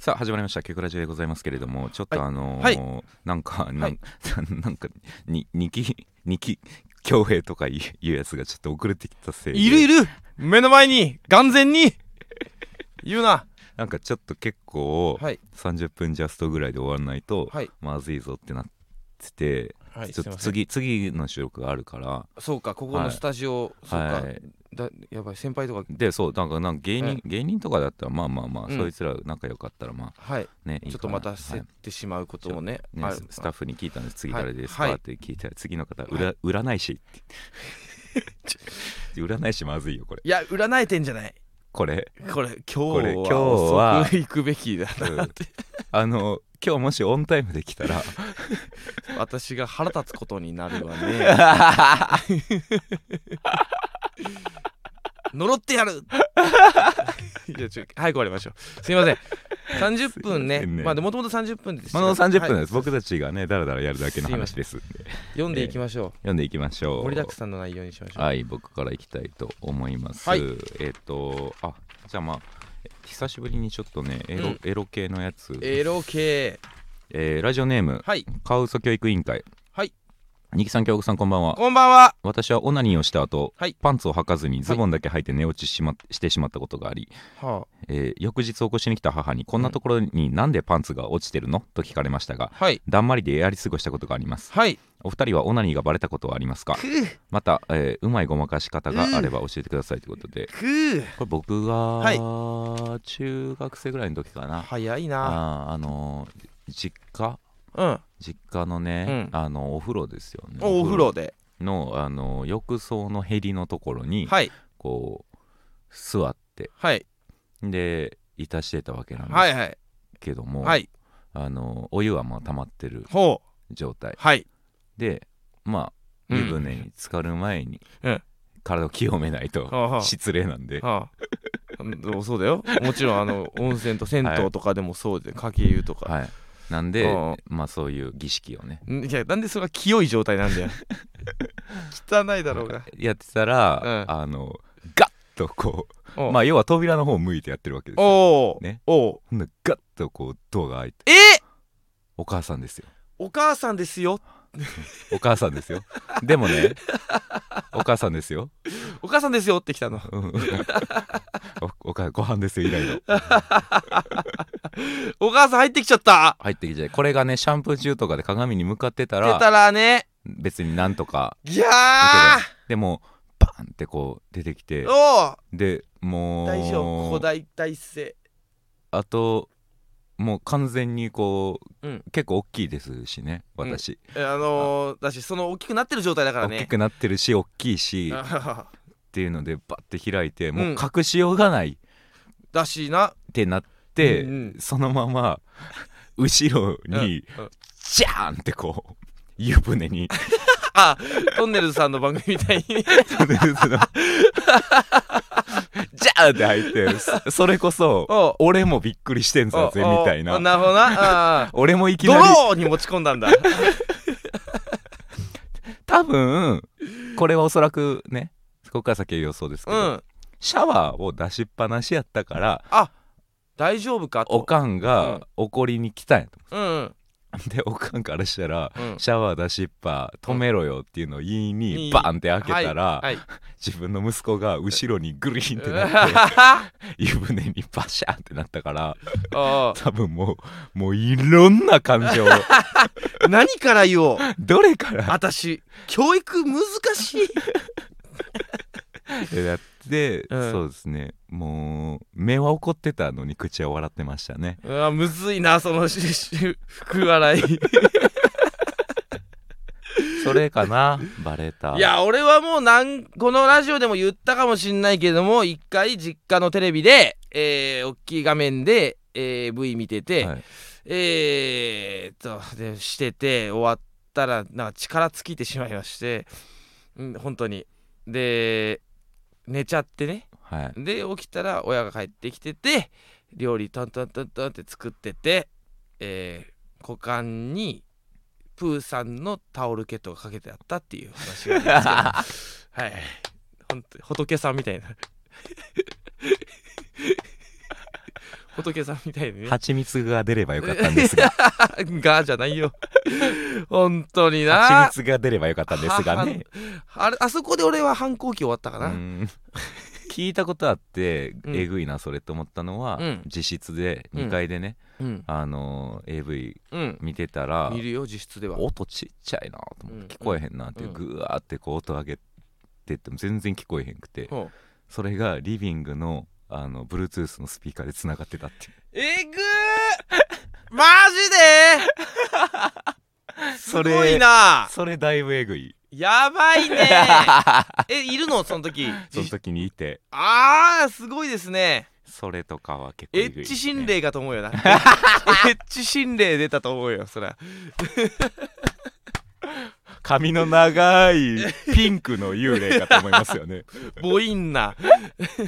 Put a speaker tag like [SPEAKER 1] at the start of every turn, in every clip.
[SPEAKER 1] さあ始まりました「ケクラジオ」でございますけれどもちょっと
[SPEAKER 2] はい
[SPEAKER 1] あのー
[SPEAKER 2] は
[SPEAKER 1] なんかなん,、
[SPEAKER 2] はい
[SPEAKER 1] なんかに二木二木恭平とかいういうやつがちょっと遅れてきたせいで
[SPEAKER 2] いるいる目の前に眼前に言うな
[SPEAKER 1] なんかちょっと結構、
[SPEAKER 2] はい
[SPEAKER 1] 30分ジャストぐらいで終わらないと、
[SPEAKER 2] はい
[SPEAKER 1] まずいぞってなってて、
[SPEAKER 2] はい
[SPEAKER 1] ちょっ
[SPEAKER 2] すい
[SPEAKER 1] と
[SPEAKER 2] ません
[SPEAKER 1] 次次の収録があるから
[SPEAKER 2] そうかここのスタジオ、そうか、
[SPEAKER 1] はい
[SPEAKER 2] だやばい先輩とか
[SPEAKER 1] でそうなんかなんか芸人芸人とかだったらまあまあまあ、
[SPEAKER 2] うん
[SPEAKER 1] そいつら仲良かったらま
[SPEAKER 2] はい
[SPEAKER 1] あねいい
[SPEAKER 2] ち
[SPEAKER 1] か
[SPEAKER 2] ょっと
[SPEAKER 1] な
[SPEAKER 2] 待たせてしまうこともね,あ、
[SPEAKER 1] はいね、ススタッフに聞いたんです次誰ですか、
[SPEAKER 2] はい
[SPEAKER 1] って聞いたら次の方、
[SPEAKER 2] いう
[SPEAKER 1] ら占い師って 占い師まずいよこれ
[SPEAKER 2] いや占えてんじゃない
[SPEAKER 1] こ れ、
[SPEAKER 2] これ今
[SPEAKER 1] これ
[SPEAKER 2] 日
[SPEAKER 1] 今日は
[SPEAKER 2] は遅く行くべきだ
[SPEAKER 1] うんあの今日もしオンタイムできた ら
[SPEAKER 2] 私が腹立つことになるわね
[SPEAKER 1] あ
[SPEAKER 2] 呪ってやるいやちょ早く終わりましょうすいません30分
[SPEAKER 1] す
[SPEAKER 2] ね
[SPEAKER 1] いませんね
[SPEAKER 2] まあでもともと30分です
[SPEAKER 1] の30分
[SPEAKER 2] はい
[SPEAKER 1] です、僕たちがねだらだらやるだけの話です
[SPEAKER 2] 読んでいきましょ
[SPEAKER 1] 読んでいきまし
[SPEAKER 2] う
[SPEAKER 1] ょう
[SPEAKER 2] 盛りだくさんの内容にしましょう
[SPEAKER 1] はい僕からいきたいと思います、
[SPEAKER 2] はい
[SPEAKER 1] えっ、とあじゃあまあ久しぶりにちょっとねエロ,、
[SPEAKER 2] うん
[SPEAKER 1] エロ系のやつ、
[SPEAKER 2] エロ系
[SPEAKER 1] えーラジオネーム
[SPEAKER 2] はい
[SPEAKER 1] カウソ教育委員会
[SPEAKER 2] はい
[SPEAKER 1] 二木さん京極さんこんばんは
[SPEAKER 2] こんばんは
[SPEAKER 1] 私はオナニーをした後、
[SPEAKER 2] はい
[SPEAKER 1] パンツを履かずにズボンだけ履いて寝落ちし,、ま、してしまったことがあり、
[SPEAKER 2] は
[SPEAKER 1] えー翌日起こしに来た母にこんなところになんでパンツが落ちてるのと聞かれましたが
[SPEAKER 2] あはい
[SPEAKER 1] だんまりでやり過ごしたことがあります
[SPEAKER 2] はい
[SPEAKER 1] お二人はオナニーがバレたことはありますか
[SPEAKER 2] く
[SPEAKER 1] また、えーうまいごまかし方があれば教えてくださいということで
[SPEAKER 2] く
[SPEAKER 1] これ僕が中学生ぐらいの時かな、
[SPEAKER 2] 早いな
[SPEAKER 1] あーあのー実家
[SPEAKER 2] うん
[SPEAKER 1] 実家のね、
[SPEAKER 2] う
[SPEAKER 1] あのお風呂ですよね
[SPEAKER 2] おお風呂で
[SPEAKER 1] のあの浴槽のへりのところに
[SPEAKER 2] はい
[SPEAKER 1] こう座って
[SPEAKER 2] はい
[SPEAKER 1] でいたしてたわけなんで
[SPEAKER 2] はい
[SPEAKER 1] す
[SPEAKER 2] はい
[SPEAKER 1] けども、
[SPEAKER 2] はい
[SPEAKER 1] あのお湯はまあ溜まってる
[SPEAKER 2] ほう
[SPEAKER 1] 状態
[SPEAKER 2] はい
[SPEAKER 1] でまあ
[SPEAKER 2] うん
[SPEAKER 1] 湯船に浸かる前に、
[SPEAKER 2] うん
[SPEAKER 1] 体を清めないと
[SPEAKER 2] は
[SPEAKER 1] 失礼なんで、
[SPEAKER 2] あはあうんそうだよもちろんあの温泉と銭湯とかでもそうでかけ湯とか
[SPEAKER 1] はい、なんで
[SPEAKER 2] うん
[SPEAKER 1] まあそういう儀式をね
[SPEAKER 2] んいやなんでそれが清い状 態なんだよ汚いだろうが
[SPEAKER 1] やってたら、
[SPEAKER 2] う
[SPEAKER 1] あのガッとこ
[SPEAKER 2] お
[SPEAKER 1] う
[SPEAKER 2] う
[SPEAKER 1] まあ要は扉の方を向いてやってるわけですよ
[SPEAKER 2] おう
[SPEAKER 1] ね
[SPEAKER 2] おう
[SPEAKER 1] ほんでガッとこうドアが開いて
[SPEAKER 2] え
[SPEAKER 1] お母さんですよ
[SPEAKER 2] お母さんですよ
[SPEAKER 1] お母さんですよ。でもね、お母さんですよ。
[SPEAKER 2] お母さんですよって来たの
[SPEAKER 1] うんおお母ご飯ですよ、以来の。
[SPEAKER 2] お母さん入ってきちゃった
[SPEAKER 1] 入ってきて、これがね、シャンプー中とかで鏡に向かってた
[SPEAKER 2] 出
[SPEAKER 1] ら、
[SPEAKER 2] たらね
[SPEAKER 1] 別になんとか。
[SPEAKER 2] いやー
[SPEAKER 1] でも、バンってこう出てきて、
[SPEAKER 2] お
[SPEAKER 1] で
[SPEAKER 2] お
[SPEAKER 1] もう、
[SPEAKER 2] 大丈夫ここ大大勢
[SPEAKER 1] あと、もう完全にこう、
[SPEAKER 2] うん
[SPEAKER 1] 結構大きいですしね、私。
[SPEAKER 2] えあのー、だしその大きくなってる状態だから
[SPEAKER 1] 大
[SPEAKER 2] ね
[SPEAKER 1] きくなってるし、大きいし、っ
[SPEAKER 2] あ
[SPEAKER 1] ていうので、バッて開いて、も
[SPEAKER 2] うん
[SPEAKER 1] う隠しようがない。
[SPEAKER 2] だし
[SPEAKER 1] っ
[SPEAKER 2] な
[SPEAKER 1] てなって、
[SPEAKER 2] うんうん
[SPEAKER 1] そのまま後ろに
[SPEAKER 2] うんうん
[SPEAKER 1] ジャーンってこう湯船に
[SPEAKER 2] あトンネルズさんの番組みたいに
[SPEAKER 1] そのジャーンって入ってそそれこそ
[SPEAKER 2] おう
[SPEAKER 1] 俺もびっくりしてんぞぜ
[SPEAKER 2] おう
[SPEAKER 1] みたい
[SPEAKER 2] おう
[SPEAKER 1] な
[SPEAKER 2] なるほどなあー
[SPEAKER 1] 俺も いき
[SPEAKER 2] ド
[SPEAKER 1] なり
[SPEAKER 2] ローに持ち込んだんだ
[SPEAKER 1] 多分これはおそらくねここから先は予想ですけ
[SPEAKER 2] う
[SPEAKER 1] ど、
[SPEAKER 2] ん
[SPEAKER 1] シャワーを出しっぱなしやったから
[SPEAKER 2] あ大丈夫かと
[SPEAKER 1] おかんが怒りに来たんやと
[SPEAKER 2] うんうん
[SPEAKER 1] でおかんからしたら
[SPEAKER 2] うん
[SPEAKER 1] シャワー出しっぱ止めろよっていうのを言い
[SPEAKER 2] い
[SPEAKER 1] に
[SPEAKER 2] い
[SPEAKER 1] バンって開けたら、
[SPEAKER 2] はい、
[SPEAKER 1] 自分の息子が後ろにグリーンってなって
[SPEAKER 2] はい、
[SPEAKER 1] 湯船にバシャンってなったから
[SPEAKER 2] お
[SPEAKER 1] 多分もうもういろんな感 情
[SPEAKER 2] う何から言おう
[SPEAKER 1] どれから
[SPEAKER 2] 私教育難しい
[SPEAKER 1] ってなって、
[SPEAKER 2] うん
[SPEAKER 1] そうですねもう目は怒ってたのに口は笑ってましたね
[SPEAKER 2] うわむずいなそのしし福笑い
[SPEAKER 1] それかなバレた
[SPEAKER 2] いや俺はもうなんこのラジオでも言ったかもしんないけども一回実家のテレビで、えー、大きい画面で、えー、V 見てて、
[SPEAKER 1] はい
[SPEAKER 2] えー、っとでしてて終わったらなんか力尽きてしまいまして、うん、本当にで寝ちゃってね
[SPEAKER 1] はい
[SPEAKER 2] で起きたら親が帰ってきてて料理トントントントンって作ってて、えー股間にプーさんのタオルケットがかけてあったっていう話がありますけどはいほんと仏さんみたいな仏さんみたいにね
[SPEAKER 1] 蜂蜜が出ればよかったん ですが
[SPEAKER 2] がじゃない よ本当にな
[SPEAKER 1] 蜂蜜が出ればよかったんですがね
[SPEAKER 2] ははあれあそこで俺は反抗期終わったか
[SPEAKER 1] う
[SPEAKER 2] な、
[SPEAKER 1] ん聞いたことあって
[SPEAKER 2] うん
[SPEAKER 1] えぐいなそれと思ったのは、
[SPEAKER 2] うん
[SPEAKER 1] 自室で2階でね、
[SPEAKER 2] うん
[SPEAKER 1] あのー AV
[SPEAKER 2] うん
[SPEAKER 1] 見てたら
[SPEAKER 2] 見るよ実質では
[SPEAKER 1] 音ちっちゃいなと思って、
[SPEAKER 2] うん
[SPEAKER 1] 聞こえへんなって
[SPEAKER 2] うん
[SPEAKER 1] ぐわーってこう音上げてっても全然聞こえへんくて、
[SPEAKER 2] ほう
[SPEAKER 1] それがリビングのあの Bluetooth のスピーカーでつながってたっていう
[SPEAKER 2] え ぐーマジです
[SPEAKER 1] それ
[SPEAKER 2] ごいな
[SPEAKER 1] それだいぶえぐい
[SPEAKER 2] やばい ねえいるのその時
[SPEAKER 1] その時にいて
[SPEAKER 2] あーすごいですね
[SPEAKER 1] それとかは結構
[SPEAKER 2] エ
[SPEAKER 1] えぐいで
[SPEAKER 2] ッ
[SPEAKER 1] す
[SPEAKER 2] チ
[SPEAKER 1] ね、
[SPEAKER 2] 心霊かと思 うよなエッチ心霊出たと思うよそりゃ
[SPEAKER 1] 髪の長いピンクの幽霊かと思いますよ ね
[SPEAKER 2] ボインな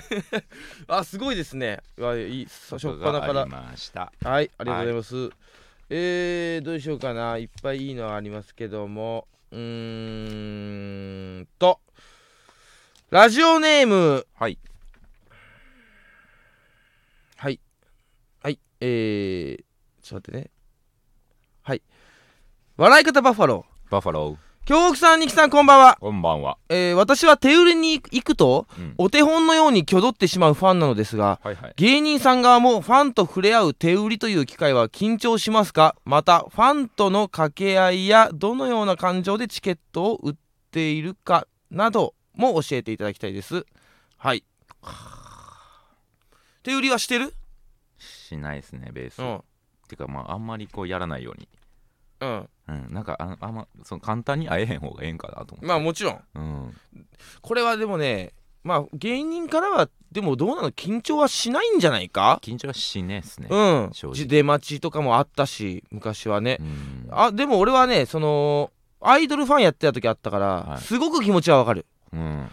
[SPEAKER 2] あすごいですねうわいい初っ端か
[SPEAKER 1] があ
[SPEAKER 2] ら
[SPEAKER 1] りました
[SPEAKER 2] はいありがとうございます、えー、どうしようかないっぱいいいのはありますけどもうーんとラジオネーム
[SPEAKER 1] はい
[SPEAKER 2] はいはいえー、ちょっと待ってねはい笑い方バッファロー
[SPEAKER 1] バッファロー
[SPEAKER 2] 京極さん、二木さん、こんばんは。
[SPEAKER 1] こんばんは、
[SPEAKER 2] えー、私は手売りに行くと、
[SPEAKER 1] うん
[SPEAKER 2] お手本のように挙取ってしまうファンなのですが、
[SPEAKER 1] はいはい
[SPEAKER 2] 芸人さん側もファンと触れ合う手売りという機会は緊張しますかまたファンとの掛け合いやどのような感情でチケットを売っているかなども教えていただきたいですはい手売りはしてる
[SPEAKER 1] しないですねベース、
[SPEAKER 2] う
[SPEAKER 1] っ
[SPEAKER 2] ん
[SPEAKER 1] ていうかまああんまりこうやらないように
[SPEAKER 2] うん
[SPEAKER 1] うんなんかああんまその簡単に会えへん方がええんかなと思って、
[SPEAKER 2] まあもちろん
[SPEAKER 1] うん、
[SPEAKER 2] これはでもねまあ芸人からはでもどうなの緊張はしないんじゃないか
[SPEAKER 1] 緊張はしねえっすね
[SPEAKER 2] うん
[SPEAKER 1] 正直
[SPEAKER 2] じ出待ちとかもあったし昔はね
[SPEAKER 1] うん
[SPEAKER 2] あでも俺はねそのアイドルファンやってた時あったから、
[SPEAKER 1] はい
[SPEAKER 2] すごく気持ちはわかる
[SPEAKER 1] うん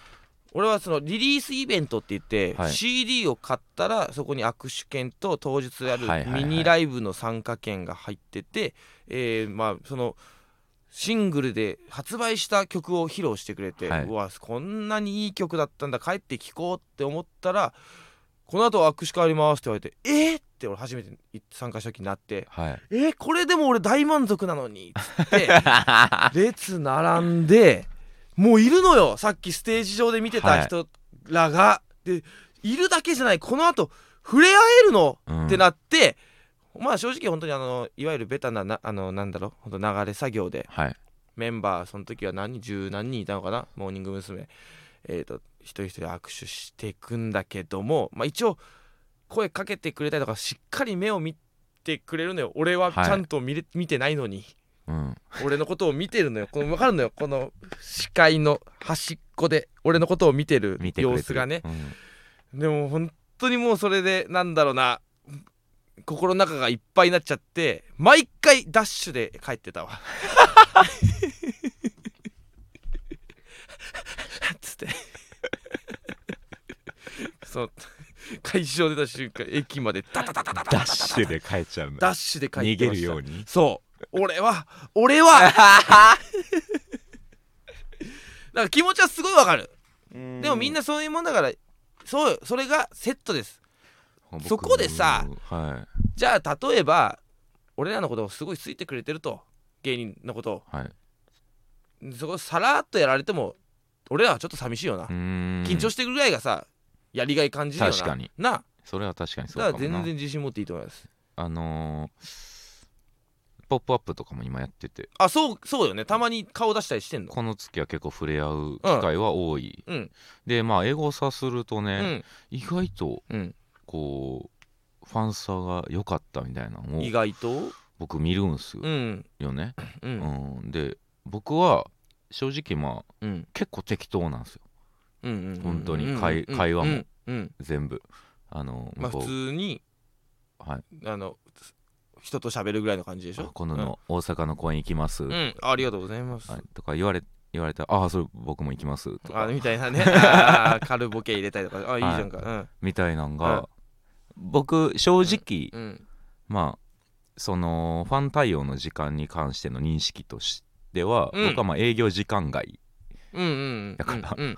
[SPEAKER 2] 俺はそのリリースイベントって言って、
[SPEAKER 1] はい
[SPEAKER 2] CD を買ったらそこに握手券と当日やる
[SPEAKER 1] はいはいはい
[SPEAKER 2] ミニライブの参加券が入ってて、えーまあそのシングルで発売した曲を披露してくれて、
[SPEAKER 1] はいう
[SPEAKER 2] わこんなにいい曲だったんだ帰って聴こうって思ったら「この後握手会あります」って言われて「えっ!」って俺初めて参加した時にな って
[SPEAKER 1] はい
[SPEAKER 2] 「えこれでも俺大満足なのに」っつって列並んでもういるのよさっきステージ上で見てた人らが、でいるだけじゃないこのあと触れ合えるの
[SPEAKER 1] うん
[SPEAKER 2] ってなって、まあ正直本当にあのいわゆるベタななあのなんだろうほんと流れ作業で
[SPEAKER 1] はい
[SPEAKER 2] メンバーその時は何人十何人いたのかなモーニング娘。えー、と一人一人握手していくんだけども、まあ、一応声かけてくれたりとかしっかり目を見てくれるのよ俺はち
[SPEAKER 1] はい
[SPEAKER 2] ゃんと見れ、見てないのに
[SPEAKER 1] うん
[SPEAKER 2] 俺のことを見てるのよこの分かるのよこの視界の端っこで俺のことを見てる
[SPEAKER 1] 見てくれてる
[SPEAKER 2] 様子がね
[SPEAKER 1] うん
[SPEAKER 2] でも本当にもうそれでなんだろうな心の中がいっぱいになっちゃって毎回ダッシュで帰ってたわつってその会場出た瞬間駅までダタタタタタ
[SPEAKER 1] ダッシュで帰っちゃうんだ
[SPEAKER 2] ダッシュで帰って
[SPEAKER 1] 逃げるよ
[SPEAKER 2] う
[SPEAKER 1] うに
[SPEAKER 2] そう俺は俺は だから気持ちはすごいわかるでもみん
[SPEAKER 1] な
[SPEAKER 2] なそういうもんだからそうよそれがセットですそこでさ
[SPEAKER 1] は
[SPEAKER 2] じゃあ例えば俺らのことをすごい好いてくれてると芸人のこと
[SPEAKER 1] いはい
[SPEAKER 2] をそこさらっとやられても俺らはちょっと寂しいよな、緊
[SPEAKER 1] 緊
[SPEAKER 2] 張してるぐらいがさやりがい感じるよな
[SPEAKER 1] 確かに
[SPEAKER 2] な
[SPEAKER 1] それは確かにそう
[SPEAKER 2] だ
[SPEAKER 1] か
[SPEAKER 2] か
[SPEAKER 1] も
[SPEAKER 2] ら
[SPEAKER 1] な
[SPEAKER 2] 全然自信持っていいと思います
[SPEAKER 1] あのーポップアップとかも今やってて
[SPEAKER 2] あそうそうよねたまに顔出したりしてんの
[SPEAKER 1] この月は結構触れ合う機会は多い、
[SPEAKER 2] うん
[SPEAKER 1] でまあエゴサすると
[SPEAKER 2] う
[SPEAKER 1] ね、
[SPEAKER 2] ん
[SPEAKER 1] 意外と
[SPEAKER 2] うん
[SPEAKER 1] こうファンサが良かったみたいなのを
[SPEAKER 2] 意外と
[SPEAKER 1] 僕見るんす
[SPEAKER 2] うん
[SPEAKER 1] よね、
[SPEAKER 2] う
[SPEAKER 1] うんんで僕は正直まあ
[SPEAKER 2] うん
[SPEAKER 1] 結構適当なんですよ
[SPEAKER 2] うんうん
[SPEAKER 1] 本当に
[SPEAKER 2] うん
[SPEAKER 1] 会
[SPEAKER 2] うん
[SPEAKER 1] 会話も
[SPEAKER 2] うんうん
[SPEAKER 1] 全部あの
[SPEAKER 2] ま
[SPEAKER 1] 向こ
[SPEAKER 2] あ普
[SPEAKER 1] う、
[SPEAKER 2] 通に
[SPEAKER 1] はい
[SPEAKER 2] あの人と喋るぐらいの感じでしょ
[SPEAKER 1] あ今度の大阪の公演行きます、
[SPEAKER 2] うんうんありがとうございます
[SPEAKER 1] はいとか言われ言われたらああそれ僕も行きますと
[SPEAKER 2] あ
[SPEAKER 1] か
[SPEAKER 2] みたい なねあーカルボケ入れたりとかあいいじゃんか、
[SPEAKER 1] みたいなんが、僕正直、
[SPEAKER 2] うんうん
[SPEAKER 1] まあそのファン対応の時間に関しての認識としては、
[SPEAKER 2] うん
[SPEAKER 1] 僕はまあ営業時間外
[SPEAKER 2] うんうん
[SPEAKER 1] だから
[SPEAKER 2] うんうん
[SPEAKER 1] っ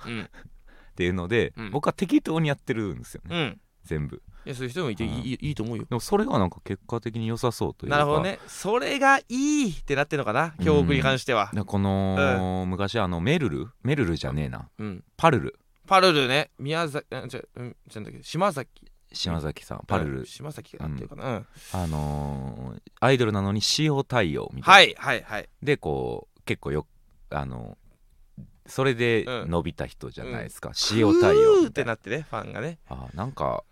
[SPEAKER 1] ていうので、
[SPEAKER 2] うん
[SPEAKER 1] 僕は適当にやってるんですよね、
[SPEAKER 2] うん
[SPEAKER 1] 全部
[SPEAKER 2] やそういう人もいて、
[SPEAKER 1] うん
[SPEAKER 2] いいいいと思うよ
[SPEAKER 1] でもそれがなんか結果的に良さそうというか
[SPEAKER 2] なるほどねそれがいいってなってるのかな教育に関しては
[SPEAKER 1] でこの、昔あのメルルメルルじゃねえな
[SPEAKER 2] うん、
[SPEAKER 1] パルル
[SPEAKER 2] パルルね宮崎あじゃうんじゃんだけど島崎
[SPEAKER 1] 島崎さんパルル、
[SPEAKER 2] うん島崎が合ってるかな、うん
[SPEAKER 1] あのーアイドルなのに塩対応みたいな、
[SPEAKER 2] はいはいはい
[SPEAKER 1] でこう結構よあのそれで
[SPEAKER 2] うん
[SPEAKER 1] 伸びた人じゃないですか、
[SPEAKER 2] う
[SPEAKER 1] 塩対応
[SPEAKER 2] ー
[SPEAKER 1] み
[SPEAKER 2] っ
[SPEAKER 1] た
[SPEAKER 2] て
[SPEAKER 1] いな
[SPEAKER 2] なってねファンがね
[SPEAKER 1] あなんか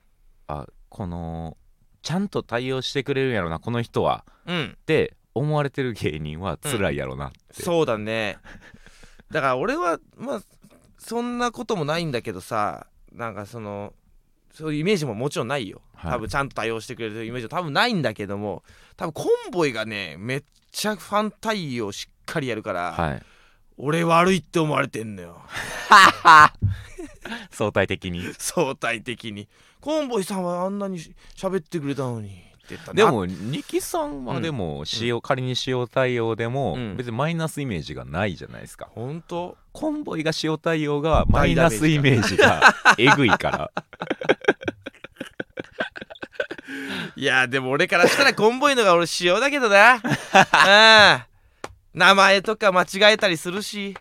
[SPEAKER 1] あこのちゃんと対応してくれるんやろなこの人は
[SPEAKER 2] うん
[SPEAKER 1] って思われてる芸人は辛いやろな、
[SPEAKER 2] そうだねだから俺はまあそんなこともないんだけどさなんかそのそういうイメージももちろんないよ、
[SPEAKER 1] はい
[SPEAKER 2] 多分ちゃんと対応してくれるイメージは多分ないんだけども多分コンボイがねめっちゃファン対応しっかりやるから、
[SPEAKER 1] はい
[SPEAKER 2] 俺悪いって思われてんのよ
[SPEAKER 1] 相対的に
[SPEAKER 2] 相対的にコンボイさんはあんなにし喋ってくれたのにって言ったな
[SPEAKER 1] でもニキさんは
[SPEAKER 2] うん
[SPEAKER 1] でも塩、仮に塩対応でも
[SPEAKER 2] うん
[SPEAKER 1] 別にマイナスイメージがないじゃないですか、
[SPEAKER 2] 本当
[SPEAKER 1] コンボイが塩対応がマイナスイメージがえぐいから
[SPEAKER 2] いやでも俺からしたらコンボイのが俺仕様だけどなうん名前とか間違えたりするし
[SPEAKER 1] い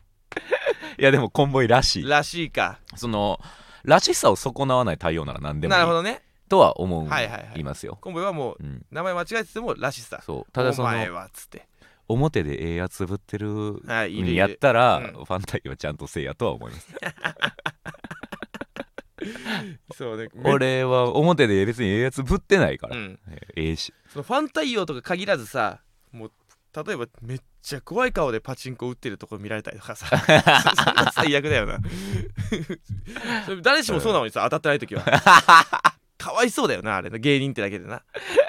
[SPEAKER 1] やでもコンボイらしい
[SPEAKER 2] らしいか
[SPEAKER 1] そのらしさを損なわない対応なら何でもい
[SPEAKER 2] なるほ
[SPEAKER 1] い
[SPEAKER 2] どね
[SPEAKER 1] とは思う、
[SPEAKER 2] はいはいはい
[SPEAKER 1] いますよ、
[SPEAKER 2] コンボイはもう
[SPEAKER 1] うん、
[SPEAKER 2] 名前間違えててもらしさ
[SPEAKER 1] そうただそ
[SPEAKER 2] お
[SPEAKER 1] の
[SPEAKER 2] 前はっつって
[SPEAKER 1] 表でええやつぶってる
[SPEAKER 2] はいいるいる
[SPEAKER 1] にやったら、
[SPEAKER 2] う
[SPEAKER 1] ファン対応ちゃんとせいやとは思います
[SPEAKER 2] そうねめ
[SPEAKER 1] 俺は表で別にええやつぶってないから、
[SPEAKER 2] うん
[SPEAKER 1] ええし
[SPEAKER 2] そのファン対応とか限らずさもう例えばめっちゃ怖い顔でパチンコ打ってるとこ見られたりとか さそそんな最悪だよなそれ誰しもそうなのにさ当たってない時はかわいそうだよなあれな芸人ってだけでな、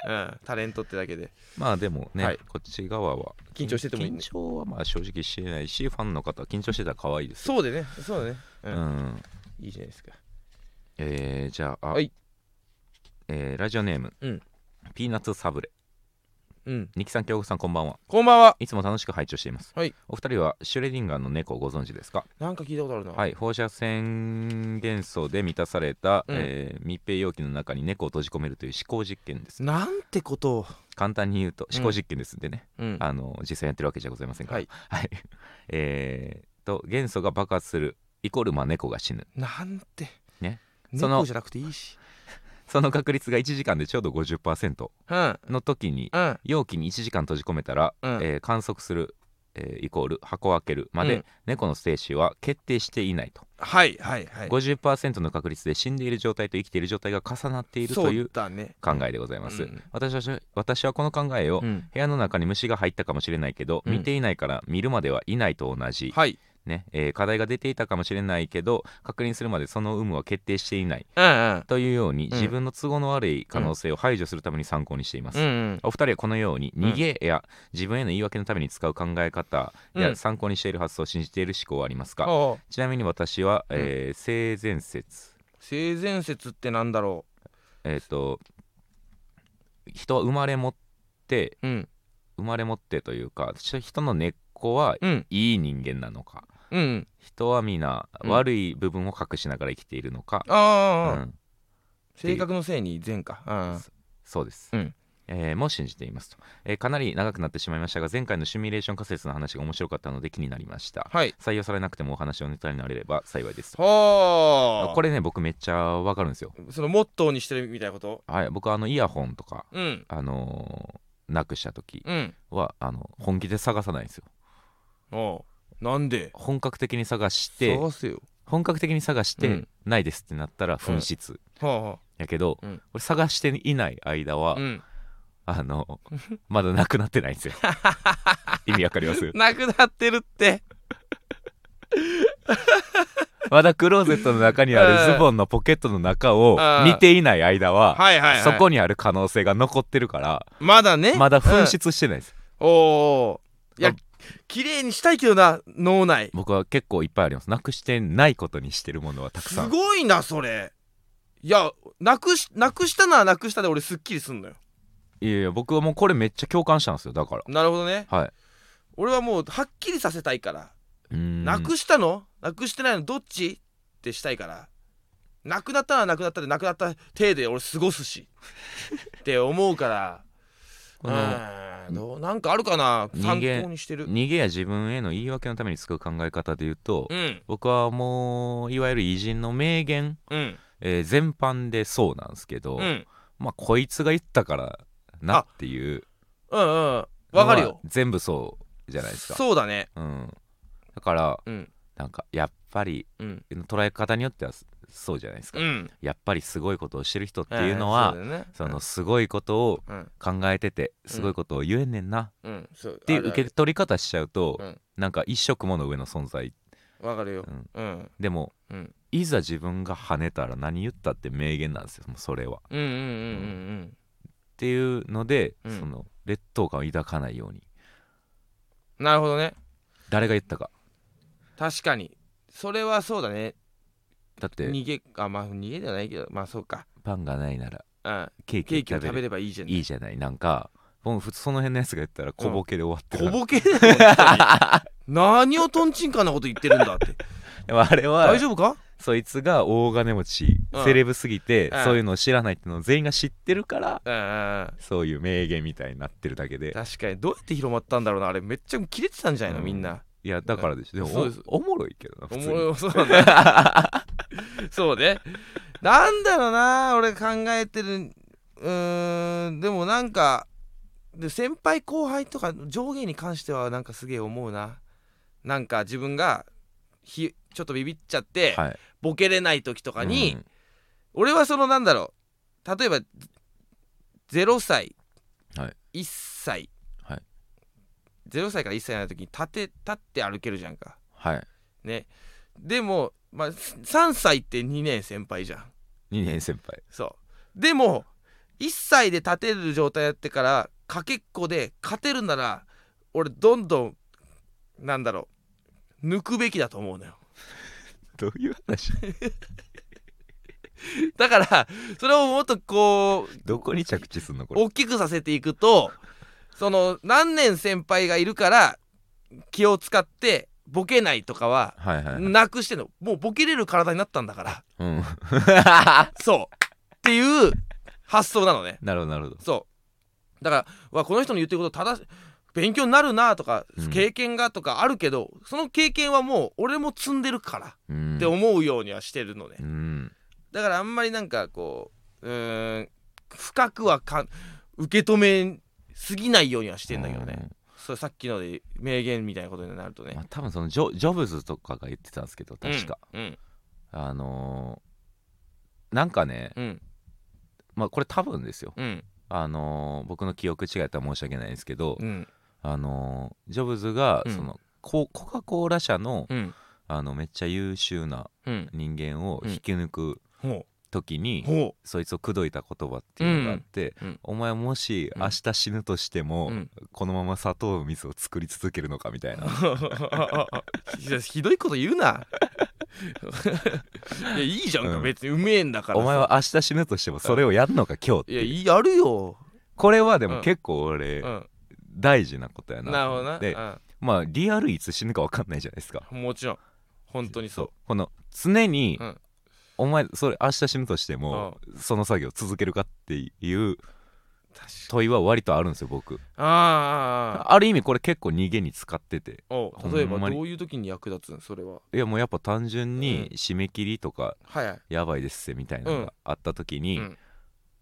[SPEAKER 2] うん、タレントってだけで
[SPEAKER 1] まあでもね、
[SPEAKER 2] はい
[SPEAKER 1] こっち側は
[SPEAKER 2] 緊張しててもいいね
[SPEAKER 1] 緊張はまあ正直してないしファンの方は緊張してたら可愛いですよ
[SPEAKER 2] そうでねそうだね
[SPEAKER 1] う
[SPEAKER 2] う
[SPEAKER 1] んん
[SPEAKER 2] いいじゃないですか
[SPEAKER 1] えー、じゃあ、あ
[SPEAKER 2] はい
[SPEAKER 1] えーラジオネーム、
[SPEAKER 2] うん
[SPEAKER 1] ピーナッツサブレ
[SPEAKER 2] うん
[SPEAKER 1] ニキさん京子さんこんばんは
[SPEAKER 2] こんばんはい
[SPEAKER 1] つも楽しく拝聴しています、
[SPEAKER 2] はい
[SPEAKER 1] お二人はシュレディンガーの猫をご存知ですか
[SPEAKER 2] なんか聞いたことあるな
[SPEAKER 1] はい放射線元素で満たされた、
[SPEAKER 2] うん
[SPEAKER 1] えー密閉容器の中に猫を閉じ込めるという思考実験です
[SPEAKER 2] なんてことを
[SPEAKER 1] 簡単に言うと思考実験ですんでね、
[SPEAKER 2] うん
[SPEAKER 1] あの実際やってるわけじゃございま せんから、
[SPEAKER 2] はい
[SPEAKER 1] えー、と元素が爆発するイコールまあ猫が死ぬ
[SPEAKER 2] なんて
[SPEAKER 1] ねその
[SPEAKER 2] 猫じゃなくていいし
[SPEAKER 1] その確率が1時間でちょうど50%
[SPEAKER 2] うん
[SPEAKER 1] の時に
[SPEAKER 2] うん
[SPEAKER 1] 容器に1時間閉じ込めたら、
[SPEAKER 2] うん
[SPEAKER 1] えー観測する、えーイコール箱を開けるまで、
[SPEAKER 2] うん
[SPEAKER 1] 猫の生死は決定していないと、
[SPEAKER 2] はいはいはい
[SPEAKER 1] 50%の確率で死んでいる状態と生きている状態が重なっているとい
[SPEAKER 2] そうだね
[SPEAKER 1] 考えでございます、
[SPEAKER 2] うん
[SPEAKER 1] 私は私はこの考えを、
[SPEAKER 2] うん
[SPEAKER 1] 部屋の中に虫が入ったかもしれないけど、
[SPEAKER 2] うん
[SPEAKER 1] 見ていないから見るまではいないと同じ、
[SPEAKER 2] はい
[SPEAKER 1] ねえー課題が出ていたかもしれないけど確認するまでその有無は決定していない
[SPEAKER 2] うんうん
[SPEAKER 1] というように、
[SPEAKER 2] ん
[SPEAKER 1] 自分の都合の悪い可能性を排除するために参考にしています、
[SPEAKER 2] うんうん
[SPEAKER 1] お二人はこのように
[SPEAKER 2] ん
[SPEAKER 1] 逃げや自分への言い訳のために使う考え方
[SPEAKER 2] う
[SPEAKER 1] や
[SPEAKER 2] ん
[SPEAKER 1] 参考にしている発想を信じている思考はありますか、
[SPEAKER 2] おう
[SPEAKER 1] ちなみに私は、えー性善説
[SPEAKER 2] 性善説ってなんだろ
[SPEAKER 1] えっ、と人は生まれ持って
[SPEAKER 2] ううん
[SPEAKER 1] 生まれ持ってというか人の根っこは
[SPEAKER 2] うん
[SPEAKER 1] いい人間なのか
[SPEAKER 2] うん
[SPEAKER 1] 人は皆
[SPEAKER 2] うん
[SPEAKER 1] 悪い部分を隠しながら生きているのか、
[SPEAKER 2] ああ、
[SPEAKER 1] うん
[SPEAKER 2] 性格のせいに善かうん
[SPEAKER 1] そうです、
[SPEAKER 2] うん
[SPEAKER 1] えーもう信じていますと、えーかなり長くなってしまいましたが前回のシミュレーション仮説の話が面白かったので気になりました
[SPEAKER 2] はい
[SPEAKER 1] 採用されなくてもお話をネタになれれば幸いですと
[SPEAKER 2] ほ
[SPEAKER 1] これね僕めっちゃわかるんですよ
[SPEAKER 2] れそのモットーにしてるみたいなこと
[SPEAKER 1] はい僕あのイヤホンとか
[SPEAKER 2] うん
[SPEAKER 1] あのーなくした時
[SPEAKER 2] うん
[SPEAKER 1] はあの本気で探さないんですよ
[SPEAKER 2] おうなんで
[SPEAKER 1] 本格的に探して
[SPEAKER 2] 探せよ
[SPEAKER 1] 本格的に探して、
[SPEAKER 2] うん
[SPEAKER 1] ないですってなったら紛失、
[SPEAKER 2] はあは
[SPEAKER 1] やけど、
[SPEAKER 2] うん
[SPEAKER 1] 俺探していない間は、
[SPEAKER 2] あうん
[SPEAKER 1] あのまだなくなってないんです よ意味わかります
[SPEAKER 2] なくなってるって
[SPEAKER 1] まだクローゼットの中にあるズボンのポケットの中を
[SPEAKER 2] うん
[SPEAKER 1] 見ていない間は、
[SPEAKER 2] はいはい、はい、
[SPEAKER 1] そこにある可能性が残ってるから
[SPEAKER 2] まだね
[SPEAKER 1] まだ紛、失してないです、
[SPEAKER 2] うんおーいや
[SPEAKER 1] あ
[SPEAKER 2] 綺麗にしたいけどな脳内
[SPEAKER 1] 僕は結構いっぱいありますなくしてないことにしてるものはたく
[SPEAKER 2] す
[SPEAKER 1] さん
[SPEAKER 2] ごいなそれいやなくしなくしたならなくしたで俺すっきりすんのよ
[SPEAKER 1] いやいや僕はもうこれめっちゃ共感したんですよだから
[SPEAKER 2] なるほどね
[SPEAKER 1] はい
[SPEAKER 2] 俺はもうはっきりさせたいから
[SPEAKER 1] うーん
[SPEAKER 2] なくしたのなくしてないのどっちってしたいからなくなったらなくなったでなくなった体で俺過ご すしって思うから
[SPEAKER 1] この
[SPEAKER 2] うんどうなんかあるかな
[SPEAKER 1] 人
[SPEAKER 2] 参
[SPEAKER 1] 間
[SPEAKER 2] 考にしてる
[SPEAKER 1] 逃げや自分への言い訳のために使う考え方で言うと、
[SPEAKER 2] うん
[SPEAKER 1] 僕はもういわゆる偉人の名言、
[SPEAKER 2] うん
[SPEAKER 1] えー全般でそうなんですけど、
[SPEAKER 2] うん
[SPEAKER 1] まあこいつが言ったからなっていう
[SPEAKER 2] うんうんわかる
[SPEAKER 1] のは
[SPEAKER 2] よ
[SPEAKER 1] 全部そうじゃないですか
[SPEAKER 2] そうだね
[SPEAKER 1] う、ん、だから
[SPEAKER 2] うん
[SPEAKER 1] なんかやっぱり
[SPEAKER 2] うん
[SPEAKER 1] 捉え方によってはそうじゃないですか、
[SPEAKER 2] うん
[SPEAKER 1] やっぱりすごいことをしてる人っていうのは、
[SPEAKER 2] んそうだよね
[SPEAKER 1] そのすごいことを
[SPEAKER 2] うん
[SPEAKER 1] 考えててすごいことを言えんねんなっ
[SPEAKER 2] うんそうって
[SPEAKER 1] いう受け取り方しちゃうと、
[SPEAKER 2] うん
[SPEAKER 1] なんか一色もの上の存在、
[SPEAKER 2] わかるよ
[SPEAKER 1] うん
[SPEAKER 2] うん
[SPEAKER 1] でも
[SPEAKER 2] うん
[SPEAKER 1] いざ自分が跳ねたら何言ったって名言なんですよもうそれは。
[SPEAKER 2] うんうんうんうん
[SPEAKER 1] っていうので、
[SPEAKER 2] うん
[SPEAKER 1] その劣等感を抱かないように
[SPEAKER 2] うんなるほどね
[SPEAKER 1] 誰が言ったか
[SPEAKER 2] 確かにそれはそうだね
[SPEAKER 1] だって
[SPEAKER 2] 逃げあまあ逃げじゃないけどまあそうか
[SPEAKER 1] パンがないなら
[SPEAKER 2] うん
[SPEAKER 1] ケー
[SPEAKER 2] ケー
[SPEAKER 1] キ
[SPEAKER 2] キを
[SPEAKER 1] 食べ
[SPEAKER 2] 食べ
[SPEAKER 1] る
[SPEAKER 2] ればいいじゃん
[SPEAKER 1] いいじゃないなんかもう普通その辺のやつが言ったら小ボケで終わってる
[SPEAKER 2] 小
[SPEAKER 1] から、
[SPEAKER 2] ボケだよ本当に何をとんちんかんなこと言ってるんだって
[SPEAKER 1] でもあれは
[SPEAKER 2] 大丈夫か
[SPEAKER 1] そいつが大金持ち、
[SPEAKER 2] うん
[SPEAKER 1] セレブすぎて、
[SPEAKER 2] うん
[SPEAKER 1] そういうのを知らないっていうのを全員が知ってるから
[SPEAKER 2] うん
[SPEAKER 1] そういう名言みたいになってるだけで
[SPEAKER 2] 確かにどうやって広まったんだろうなあれめっちゃ切れてたんじゃないの
[SPEAKER 1] うん
[SPEAKER 2] みんない
[SPEAKER 1] やだからでしょで
[SPEAKER 2] そう
[SPEAKER 1] も
[SPEAKER 2] です
[SPEAKER 1] おおもろいけどな普
[SPEAKER 2] お
[SPEAKER 1] 通
[SPEAKER 2] も
[SPEAKER 1] に
[SPEAKER 2] ろそうねそうねなんだろうな俺考えてるうーんでもなんかで先輩後輩とか上下に関してはなんかすげえ思うななんか自分がひちょっとビビっちゃって、
[SPEAKER 1] はい
[SPEAKER 2] ボケれない時とかに、
[SPEAKER 1] うん
[SPEAKER 2] 俺はそのなんだろう例えば0歳、
[SPEAKER 1] はい
[SPEAKER 2] 1歳、
[SPEAKER 1] はい
[SPEAKER 2] 0歳から1歳の時に立て立って歩けるじゃんか
[SPEAKER 1] はい
[SPEAKER 2] ねでも、まあ、3歳って2年先輩じゃん
[SPEAKER 1] 2年先輩
[SPEAKER 2] そうでも1歳で立てる状態やってからかけっこで勝てるなら俺どんどんなんだろう抜くべきだと思うのよ
[SPEAKER 1] どういう話
[SPEAKER 2] だからそれをもっとこう
[SPEAKER 1] どこに着地すんのこれ
[SPEAKER 2] 大きくさせていくとその何年先輩がいるから気を使ってボケないとかは
[SPEAKER 1] はいはい、はい、
[SPEAKER 2] なくしてんのもうボケれる体になったんだから
[SPEAKER 1] うん
[SPEAKER 2] そうっていう発想なのね
[SPEAKER 1] なるほどなるほど
[SPEAKER 2] そうだからうわこの人の言ってること正し勉強になるなとか
[SPEAKER 1] うん
[SPEAKER 2] 経験がとかあるけど、その経験はもう俺も積んでるから
[SPEAKER 1] うん
[SPEAKER 2] って思うようにはしてるのね
[SPEAKER 1] うん
[SPEAKER 2] だからあんまりなんかこううーん深くはかん受け止めすぎないようにはしてんだけどね、
[SPEAKER 1] うん
[SPEAKER 2] それさっきので名言みたいなことになるとね
[SPEAKER 1] まあ、多分そのジョジョブズとかが言ってたんですけど確か、
[SPEAKER 2] うん
[SPEAKER 1] あのーなんかね
[SPEAKER 2] うん
[SPEAKER 1] まあこれ多分ですよ
[SPEAKER 2] うん
[SPEAKER 1] あのー僕の記憶違いだったら申し訳ないですけど、
[SPEAKER 2] うん
[SPEAKER 1] あのージョブズが
[SPEAKER 2] うん
[SPEAKER 1] その、ココカ・コーラ社の
[SPEAKER 2] うん
[SPEAKER 1] あのめっちゃ優秀な
[SPEAKER 2] うん
[SPEAKER 1] 人間を引き抜く
[SPEAKER 2] ほ
[SPEAKER 1] 時に、
[SPEAKER 2] うほ
[SPEAKER 1] そいつを口説いた言葉っていうのがあって、
[SPEAKER 2] うんうん
[SPEAKER 1] お前もし
[SPEAKER 2] うん
[SPEAKER 1] 明日死ぬとしても、
[SPEAKER 2] うん
[SPEAKER 1] このまま砂糖水を作り続けるのかみたいな
[SPEAKER 2] うひどいこと言う ないやいいじゃんか、
[SPEAKER 1] うん
[SPEAKER 2] 別にうめえんだから
[SPEAKER 1] お
[SPEAKER 2] さ
[SPEAKER 1] 前は明日死ぬとしてもそれをやるのか今日って
[SPEAKER 2] いや
[SPEAKER 1] いう
[SPEAKER 2] いやるよ、
[SPEAKER 1] これはで
[SPEAKER 2] うん
[SPEAKER 1] も結構俺、
[SPEAKER 2] うん、
[SPEAKER 1] 大事なことやな
[SPEAKER 2] なるほどな、
[SPEAKER 1] で、まあリアルいつ死ぬか分かんないじゃないですか
[SPEAKER 2] うん、もちろん本当にそう
[SPEAKER 1] この常に、
[SPEAKER 2] うん
[SPEAKER 1] お前それ明日死ぬとしても、その作業続けるかっていう
[SPEAKER 2] 確か
[SPEAKER 1] 問いは割とあるんですよ僕
[SPEAKER 2] にああ
[SPEAKER 1] ある意味これ結構逃げに使ってて
[SPEAKER 2] お
[SPEAKER 1] ほんまに
[SPEAKER 2] 例えばどういう時に役立つんそれはい
[SPEAKER 1] やもうやっぱ単純に
[SPEAKER 2] う
[SPEAKER 1] 締め切りとか
[SPEAKER 2] はいはい
[SPEAKER 1] やばいですせみたいなのがあった時に、
[SPEAKER 2] うん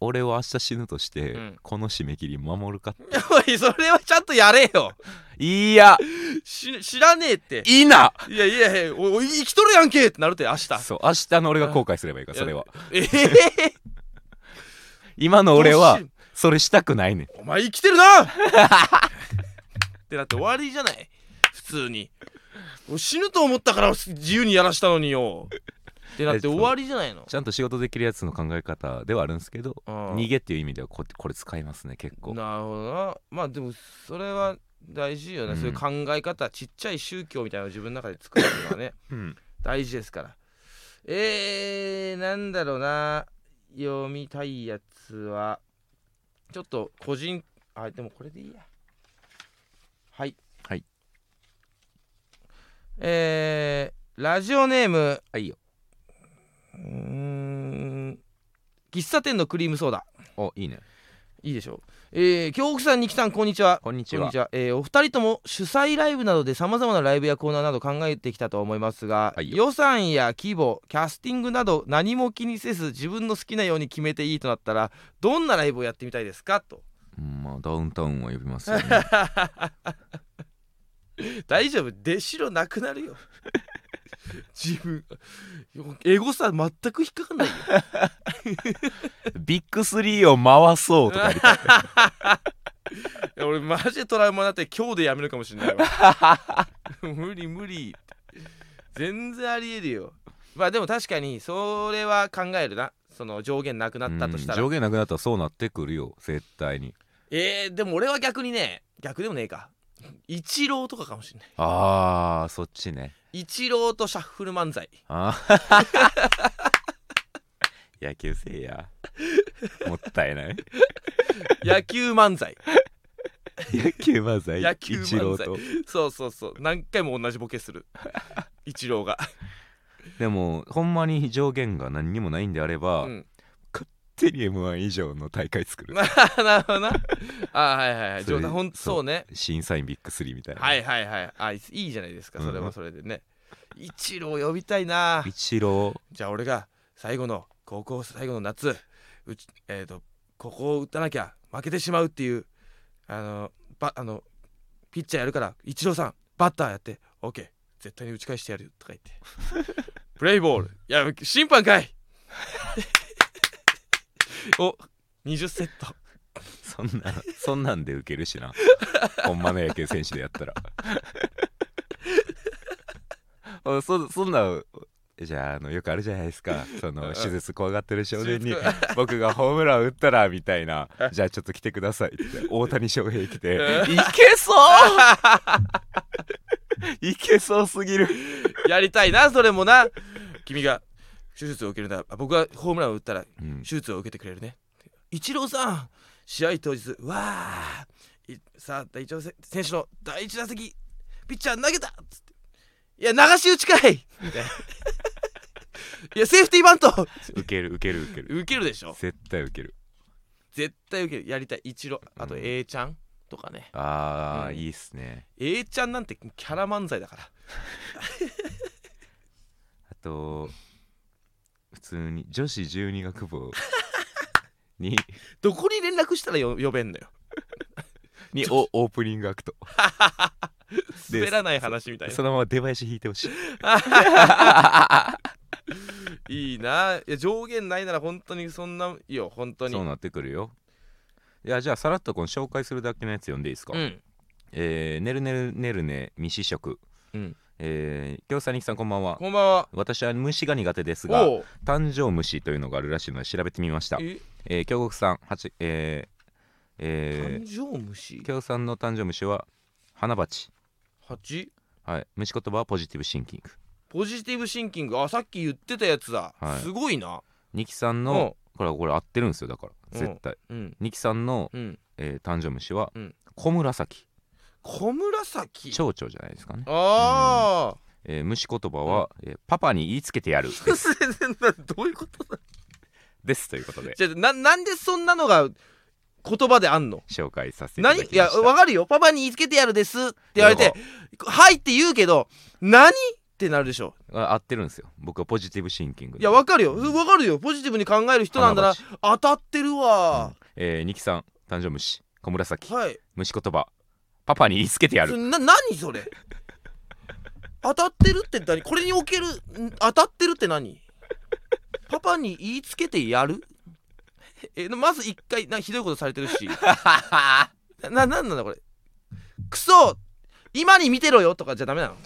[SPEAKER 1] 俺は明日死ぬとして、
[SPEAKER 2] うん
[SPEAKER 1] この締め切り守るかって
[SPEAKER 2] おいそれはちゃんとやれよ
[SPEAKER 1] いや
[SPEAKER 2] し知らねえって
[SPEAKER 1] いいない
[SPEAKER 2] やいやいやおお生きとるやんけってなるって明日
[SPEAKER 1] そう明日の俺が後悔すればいいからそれは
[SPEAKER 2] ええ
[SPEAKER 1] 今の 俺は
[SPEAKER 2] どうし
[SPEAKER 1] それしたくないねん
[SPEAKER 2] お前生きてる なってなって終わりじゃない普通に俺死ぬと思ったから自由にやらしたのによってなって終わりじゃないの
[SPEAKER 1] ちゃんと仕事できるやつの考え方ではあるんですけど
[SPEAKER 2] うん
[SPEAKER 1] 逃げっていう意味ではここれ使いますね結構
[SPEAKER 2] なるほどなまあでもそれは大事よね、
[SPEAKER 1] うん
[SPEAKER 2] そういう考え方ちっちゃい宗教みたいなのを自分の中で作るのはね
[SPEAKER 1] うん
[SPEAKER 2] 大事ですからえー、なんだろうな読みたいやつはちょっと個人あでもこれでいいやはい
[SPEAKER 1] はい
[SPEAKER 2] えー、ラジオネーム
[SPEAKER 1] はいよ
[SPEAKER 2] うーん喫茶店のクリームソーダ
[SPEAKER 1] おいいね
[SPEAKER 2] いいでしょうえー、京北さん二木さんこんにちは
[SPEAKER 1] こんにち
[SPEAKER 2] こん
[SPEAKER 1] は
[SPEAKER 2] にちは、えーお二人とも主催ライブなどでさまざまなライブやコーナーなど考えてきたと思いますが、
[SPEAKER 1] はいよ
[SPEAKER 2] 予算や規模キャスティングなど何も気にせず自分の好きなように決めていいとなったらどんなライブをやってみたいですかと
[SPEAKER 1] うんまあダウンタウンは呼びます よね
[SPEAKER 2] 大丈夫出城なくなるよ自分エゴさ全く引っかかんないよ
[SPEAKER 1] ビッグスリーを回そうとか言って
[SPEAKER 2] いや俺マジでトラウマになって今日でやめるかもしれないわ 無理無理全然ありえるよまあでも確かにそれは考えるなその上限 なくなったとした
[SPEAKER 1] うん
[SPEAKER 2] ら、
[SPEAKER 1] 上限なくなったらそうなってくるよ絶対に
[SPEAKER 2] えー、でも俺は逆にね逆でもねえか一郎とかかもしれない
[SPEAKER 1] あーそっちね
[SPEAKER 2] 一郎とシャッフル漫才
[SPEAKER 1] あー 野球せいやもったい ない
[SPEAKER 2] 野球漫才
[SPEAKER 1] 野球漫才
[SPEAKER 2] 野球漫才
[SPEAKER 1] 一郎と
[SPEAKER 2] そうそうそう何回も同じボケする一郎が、
[SPEAKER 1] でもほんまに上限が何にもないんであれば、
[SPEAKER 2] うん、
[SPEAKER 1] テリ M1 以上の大会作る
[SPEAKER 2] なるほどなあーはいはいはい
[SPEAKER 1] それ
[SPEAKER 2] 冗談ほん
[SPEAKER 1] そう
[SPEAKER 2] そうね
[SPEAKER 1] 審査員ビッグスリーみたいな、
[SPEAKER 2] はいはいはいあいいいいじゃないですかそれ
[SPEAKER 1] うんう
[SPEAKER 2] は
[SPEAKER 1] ん
[SPEAKER 2] それでね、一郎呼びたいな
[SPEAKER 1] 一郎
[SPEAKER 2] じゃあ俺が最後の高校最後の夏うちえっ、とここを打たなきゃ負けてしまうっていうあのばあのピッチャーやるからイチローさんバッターやってオッケー絶対に打ち返してやるよとか言って プレイボールいや審判かいお20セッ ト
[SPEAKER 1] そんなそんなんで受ける しなほんまの野球選手でや ったらあそそんなじゃああのよくあるじゃないですかそ
[SPEAKER 2] うんう
[SPEAKER 1] の
[SPEAKER 2] ん
[SPEAKER 1] 手術怖がってる少年に
[SPEAKER 2] 手
[SPEAKER 1] 僕がホームラン打ったらみたいなじゃあちょっと来てくださいって大谷翔平来て
[SPEAKER 2] う
[SPEAKER 1] いけそういけそうすぎる
[SPEAKER 2] やりたいなそれもな君が手術を受けるんだあ僕がホームランを打った
[SPEAKER 1] う
[SPEAKER 2] ら
[SPEAKER 1] ん
[SPEAKER 2] 手術を受けてくれるねイチローさん試合当日わあいさあ第一打席選手の第一打席ピッチャー投げたっつっていや流し打ちかいみたいないやセーフティーバント
[SPEAKER 1] 受ける受ける受ける
[SPEAKER 2] 受けるでしょ
[SPEAKER 1] 絶対受ける
[SPEAKER 2] 絶対受けるやりたいイチローあと
[SPEAKER 1] うん
[SPEAKER 2] A ちゃんとかね、
[SPEAKER 1] あー、
[SPEAKER 2] うん
[SPEAKER 1] いいっすね
[SPEAKER 2] A ちゃんなんてキャラ漫才だから
[SPEAKER 1] あと普通に女子十二学 部に
[SPEAKER 2] どこに連絡したらよ呼べんのよ
[SPEAKER 1] におオープニングアクトで
[SPEAKER 2] 滑らない話みたいな
[SPEAKER 1] そのまま出囃子弾いてほしい
[SPEAKER 2] いいないや上限ないなら本当にそんないいよ本当に
[SPEAKER 1] そうなってくるよいやじゃあさらっとこの紹介するだけのやつ読んでいいですか、
[SPEAKER 2] うん
[SPEAKER 1] えー、ねるねるねるね未試食
[SPEAKER 2] うん
[SPEAKER 1] えー、京さんにきさんこんばんは
[SPEAKER 2] こんばんは
[SPEAKER 1] 私は虫が苦手ですが
[SPEAKER 2] おう
[SPEAKER 1] 誕生虫というのがあるらしいので調べてみました
[SPEAKER 2] え
[SPEAKER 1] えー、京極さんはちえーえ
[SPEAKER 2] 誕生虫
[SPEAKER 1] ー、京さんの誕生虫は花鉢
[SPEAKER 2] 八
[SPEAKER 1] はい虫言葉はポジティブシンキング
[SPEAKER 2] ポジティブシンキングあさっき言ってたやつだ、
[SPEAKER 1] はい
[SPEAKER 2] すごいな
[SPEAKER 1] ニキさんのこれこれ合ってるんですよだから
[SPEAKER 2] うん
[SPEAKER 1] 絶対
[SPEAKER 2] うん
[SPEAKER 1] ニキさんの、
[SPEAKER 2] うん
[SPEAKER 1] えー誕生虫は
[SPEAKER 2] うん
[SPEAKER 1] 小紫
[SPEAKER 2] 小紫
[SPEAKER 1] 蝶々じゃないですかね、
[SPEAKER 2] ああ
[SPEAKER 1] えー虫言葉は、えーパパに言いつけてやる です
[SPEAKER 2] どういうことだ
[SPEAKER 1] ですということで
[SPEAKER 2] じゃあななんでそんなのが言葉であんの
[SPEAKER 1] 紹介させていただき
[SPEAKER 2] 何
[SPEAKER 1] ま
[SPEAKER 2] い
[SPEAKER 1] した
[SPEAKER 2] やわかるよパパに言いつけてやるですって言われて「はい」って言うけど「何?」ってなるでしょ
[SPEAKER 1] あ合ってるんですよ僕はポジティブシンキング
[SPEAKER 2] いやわかるよわかるよポジティブに考える人なんだな
[SPEAKER 1] 花鉢
[SPEAKER 2] 当たってるわ、
[SPEAKER 1] えー、ニキさん誕生虫小紫
[SPEAKER 2] はい
[SPEAKER 1] 虫言葉パパに言いつけてや
[SPEAKER 2] それ
[SPEAKER 1] る
[SPEAKER 2] な何それ当たってるって何これにおけるん当たってるって何パパに言いつけてやるえまず一回なひどいことされてるしななんなんだこれクソ今に見てろよとかじゃダメなの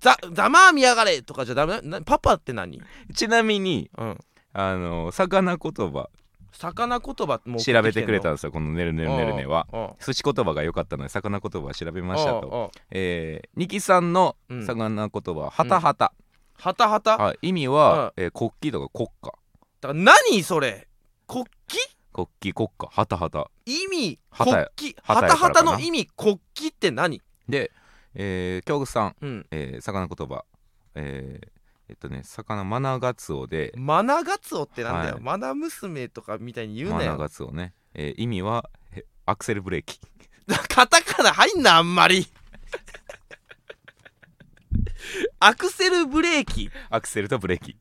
[SPEAKER 2] ざざまあ見やがれとかじゃダメななパパって何
[SPEAKER 1] ちなみに
[SPEAKER 2] うん
[SPEAKER 1] あの魚言葉
[SPEAKER 2] 魚言葉も
[SPEAKER 1] 調べてくれたん
[SPEAKER 2] ん
[SPEAKER 1] ですよこの「ねるねるねるね」は寿司言葉が良かったので魚言葉を調べましたと
[SPEAKER 2] と
[SPEAKER 1] えー、ニキさんの
[SPEAKER 2] うん
[SPEAKER 1] 魚言葉は「はたはた
[SPEAKER 2] はたは」ただか
[SPEAKER 1] はい意味は、えー国旗とか国家
[SPEAKER 2] ら何それ国旗
[SPEAKER 1] 国旗国家はたはた
[SPEAKER 2] 意味
[SPEAKER 1] 旗
[SPEAKER 2] 国
[SPEAKER 1] や
[SPEAKER 2] 旗
[SPEAKER 1] 旗
[SPEAKER 2] は
[SPEAKER 1] やから
[SPEAKER 2] た
[SPEAKER 1] かな
[SPEAKER 2] はたの意味国旗って何
[SPEAKER 1] で、えー、京極さん、
[SPEAKER 2] うん
[SPEAKER 1] えー、魚言葉、えーえっとね魚マナガツオで
[SPEAKER 2] マナガツオってなんだよ、
[SPEAKER 1] はい
[SPEAKER 2] マナ娘とかみたいに言う
[SPEAKER 1] マ
[SPEAKER 2] な
[SPEAKER 1] ナ
[SPEAKER 2] よ
[SPEAKER 1] ガツオね、えー意味はえアクセルブレーキ
[SPEAKER 2] カタカナ入んなあんまりアクセルブレーキ
[SPEAKER 1] アクセルとブレーキ、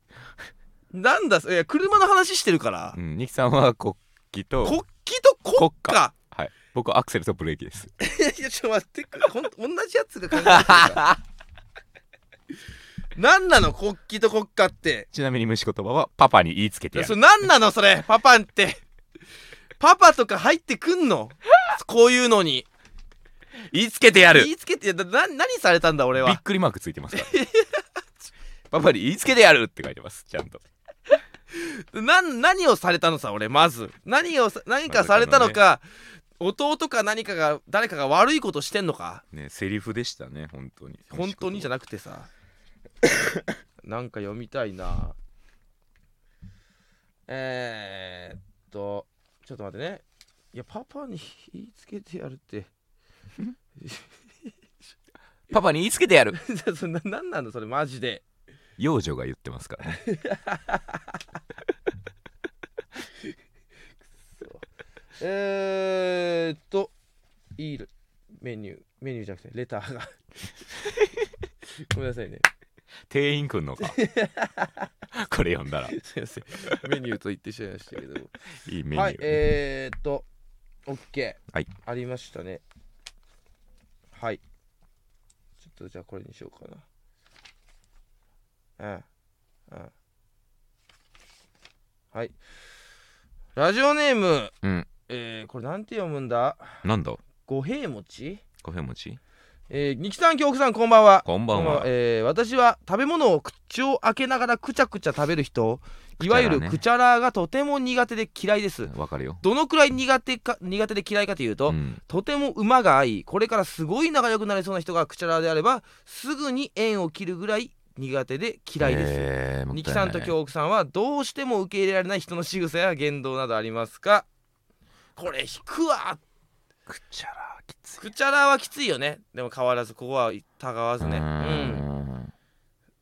[SPEAKER 2] なんだそいや車の話してるから
[SPEAKER 1] う、ん、ニキさんは国旗と
[SPEAKER 2] 国旗と国
[SPEAKER 1] 国
[SPEAKER 2] 歌
[SPEAKER 1] はい、僕はアクセルとブレーキです
[SPEAKER 2] いやいやちょっと待ってくほん同じやつが考えてる から何なの国旗と国歌って
[SPEAKER 1] ちなみに虫言葉はパパに言いつけてや
[SPEAKER 2] そ
[SPEAKER 1] る
[SPEAKER 2] れ何なのそれパパンってパパとか入ってくんのこういうのに
[SPEAKER 1] 言いつけてや
[SPEAKER 2] 言いつけていやだな何されたんだ俺
[SPEAKER 1] びっ
[SPEAKER 2] は
[SPEAKER 1] くりマークついてます からパパに言いつけてやるって書いてますちゃんと
[SPEAKER 2] なん何をされたのさ俺まず何をさ何かされたのか、弟か何かが誰かが悪いことしてんのか
[SPEAKER 1] ねセリフでしたね本当に
[SPEAKER 2] 本当にじゃなくてさなんか読みたいなえー、っとちょっと待ってねいやパパに言いつけてやるって
[SPEAKER 1] パパに言いつけてやる
[SPEAKER 2] そんな何なのそれマジで
[SPEAKER 1] 幼女が言ってますから ね
[SPEAKER 2] えー、っといいメニューメニューじゃなくてレター がごめんなさいね
[SPEAKER 1] 店員くんの かこれ読んだらい
[SPEAKER 2] すいませんメニューと言ってしまいましたけども
[SPEAKER 1] いメニュー、
[SPEAKER 2] はいえー、っと OK、
[SPEAKER 1] はい、
[SPEAKER 2] ありましたねはいちょっとじゃあこれにしようかなうんうんはいラジオネーム
[SPEAKER 1] うん
[SPEAKER 2] えー、これなんて読むんだ
[SPEAKER 1] なんだ
[SPEAKER 2] 五平餅
[SPEAKER 1] カフェ餅
[SPEAKER 2] えー、二木さん京子さんこんばんは
[SPEAKER 1] こんばんは
[SPEAKER 2] えー私は食べ物を口を開けながらくちゃくちゃ食べる人いわゆるくちゃらがとても苦手で嫌いです
[SPEAKER 1] わかるよ
[SPEAKER 2] どのくらい苦手か苦手で嫌いかというと、
[SPEAKER 1] うん、
[SPEAKER 2] とても馬が合いこれからすごい仲良くなれそうな人がクチャラであればすぐに縁を切るぐらい苦手で嫌いです
[SPEAKER 1] えーもっ
[SPEAKER 2] 二木
[SPEAKER 1] たい
[SPEAKER 2] さ
[SPEAKER 1] ない
[SPEAKER 2] んと京極さんはどうしても受け入れられない人の仕草や言動などありますかこれ引くわ
[SPEAKER 1] くちゃらきつい
[SPEAKER 2] クチャラはきついよねでも変わらずここはたがわずね
[SPEAKER 1] う
[SPEAKER 2] うん
[SPEAKER 1] ーん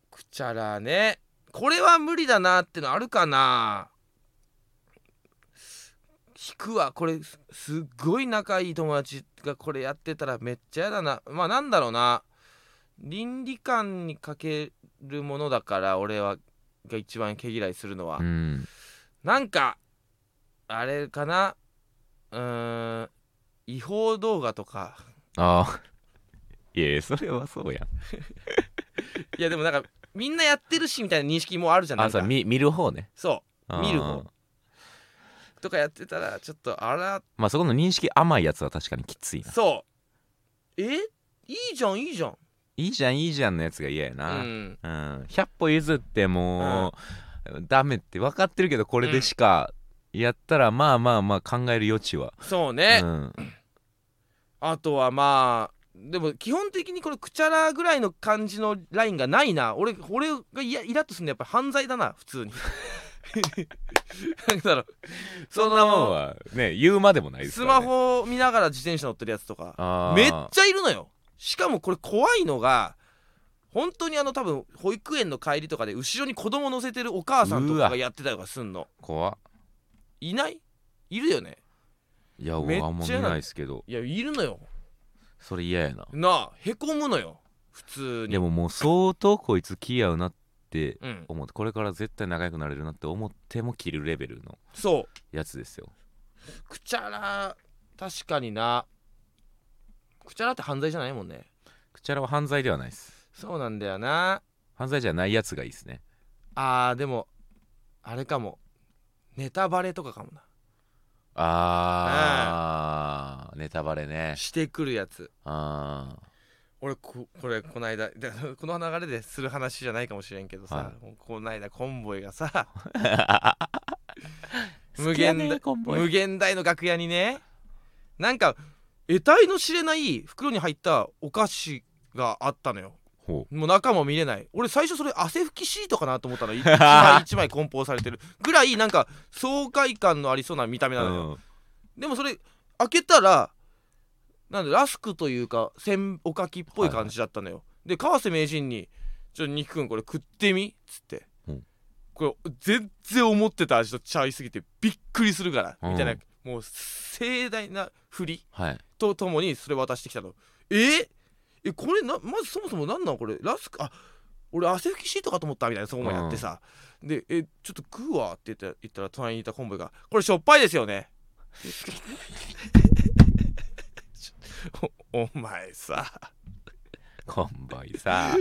[SPEAKER 2] クチャラねこれは無理だなってのあるかな引くわこれすすっごい仲いい友達がこれやってたらめっちゃやだなまあなんだろうな倫理観に欠けるものだから俺はが一番毛嫌いするのは、
[SPEAKER 1] うん
[SPEAKER 2] なんかあれかなうーん違法動画とか
[SPEAKER 1] ああ いやいやそれはそうやん
[SPEAKER 2] いやでもなんかみんなやってるしみたいな認識もあるじゃんな
[SPEAKER 1] あ
[SPEAKER 2] い
[SPEAKER 1] そう見見る方ね
[SPEAKER 2] そう
[SPEAKER 1] あー
[SPEAKER 2] 見る方とかやってたらちょっとあら
[SPEAKER 1] まあそこの認識甘いやつは確かにきついな
[SPEAKER 2] そうえいいじゃんいいじゃん
[SPEAKER 1] いいじゃんいいじゃんのやつが嫌や
[SPEAKER 2] う
[SPEAKER 1] な、うん
[SPEAKER 2] ん
[SPEAKER 1] 100歩譲ってもう、ダメって分かってるけどこれでしかやったらまあまあまあ考える余地は、
[SPEAKER 2] そう
[SPEAKER 1] う
[SPEAKER 2] ね、
[SPEAKER 1] ん、
[SPEAKER 2] あとはまあでも基本的にこれくちゃらぐらいの感じのラインがないな俺俺がいやイラッとするのやっぱ犯罪だな 普通になんだろう
[SPEAKER 1] そんなもんはね言うまでもないです
[SPEAKER 2] ス
[SPEAKER 1] から、ね、
[SPEAKER 2] マホを見ながら自転車乗ってるやつとか
[SPEAKER 1] あー
[SPEAKER 2] めっちゃいるのよしかもこれ怖いのが本当にあの多分保育園の帰りとかで後ろに子供乗せてるお母さんと
[SPEAKER 1] う
[SPEAKER 2] か
[SPEAKER 1] わ
[SPEAKER 2] がやってたりとかすんの
[SPEAKER 1] 怖っ
[SPEAKER 2] いないいるよね
[SPEAKER 1] いや
[SPEAKER 2] め
[SPEAKER 1] 俺
[SPEAKER 2] っちゃ
[SPEAKER 1] あんま見ないですけど
[SPEAKER 2] いやいるのよ
[SPEAKER 1] それ嫌やな
[SPEAKER 2] なあへこむのよ普通に
[SPEAKER 1] でももう相当こいつ気合うなって
[SPEAKER 2] うん
[SPEAKER 1] 思ってこれから絶対仲良くなれるなって思っても切るレベルの
[SPEAKER 2] そ
[SPEAKER 1] やつですよ
[SPEAKER 2] うくちゃら確かになくちゃらって犯罪じゃないもんね
[SPEAKER 1] くちゃらは犯罪ではないです
[SPEAKER 2] そうなんだよな
[SPEAKER 1] 犯罪じゃないやつがいいですね
[SPEAKER 2] あーでもあれかもネタバレとかかもな
[SPEAKER 1] あーネタバレね
[SPEAKER 2] してくるやつ
[SPEAKER 1] あ
[SPEAKER 2] 俺ここれこの間で この流れでする話じゃないかもしれんけどさ、
[SPEAKER 1] は
[SPEAKER 2] この間コンボイがさ
[SPEAKER 1] ー
[SPEAKER 2] 無
[SPEAKER 1] 好
[SPEAKER 2] 限
[SPEAKER 1] きやね
[SPEAKER 2] 大
[SPEAKER 1] コンボイ
[SPEAKER 2] 無限大の楽屋にねなんか得体の知れない袋に入ったお菓子があったのよ
[SPEAKER 1] ほ
[SPEAKER 2] もう中も見れない俺最初それ汗拭きシートかなと思ったのい一枚一枚梱包されてるぐらいなんか爽快感のありそうな見た目
[SPEAKER 1] う、
[SPEAKER 2] なのよ、
[SPEAKER 1] うん、
[SPEAKER 2] でもそれ開けたらなんでラスクというかせんおかきっぽい感じだったのよ、で川瀬名人に「ちょっと肉くんこれ食ってみ」っつって、
[SPEAKER 1] うん
[SPEAKER 2] これ全然思ってた味とちゃいすぎてびっくりするから」
[SPEAKER 1] うん
[SPEAKER 2] みたいなもう盛大な振り
[SPEAKER 1] はい
[SPEAKER 2] とともにそれ渡してきたの「えー、えこれなまずそもそも何なのこれラスクあ俺汗拭きシートかと思った」みたいなそうもやってさ、で「えちょっと食うわ」って言ったら言ったら隣にいたコンボイが「これしょっぱいです よね」おお前さ
[SPEAKER 1] コンボイさ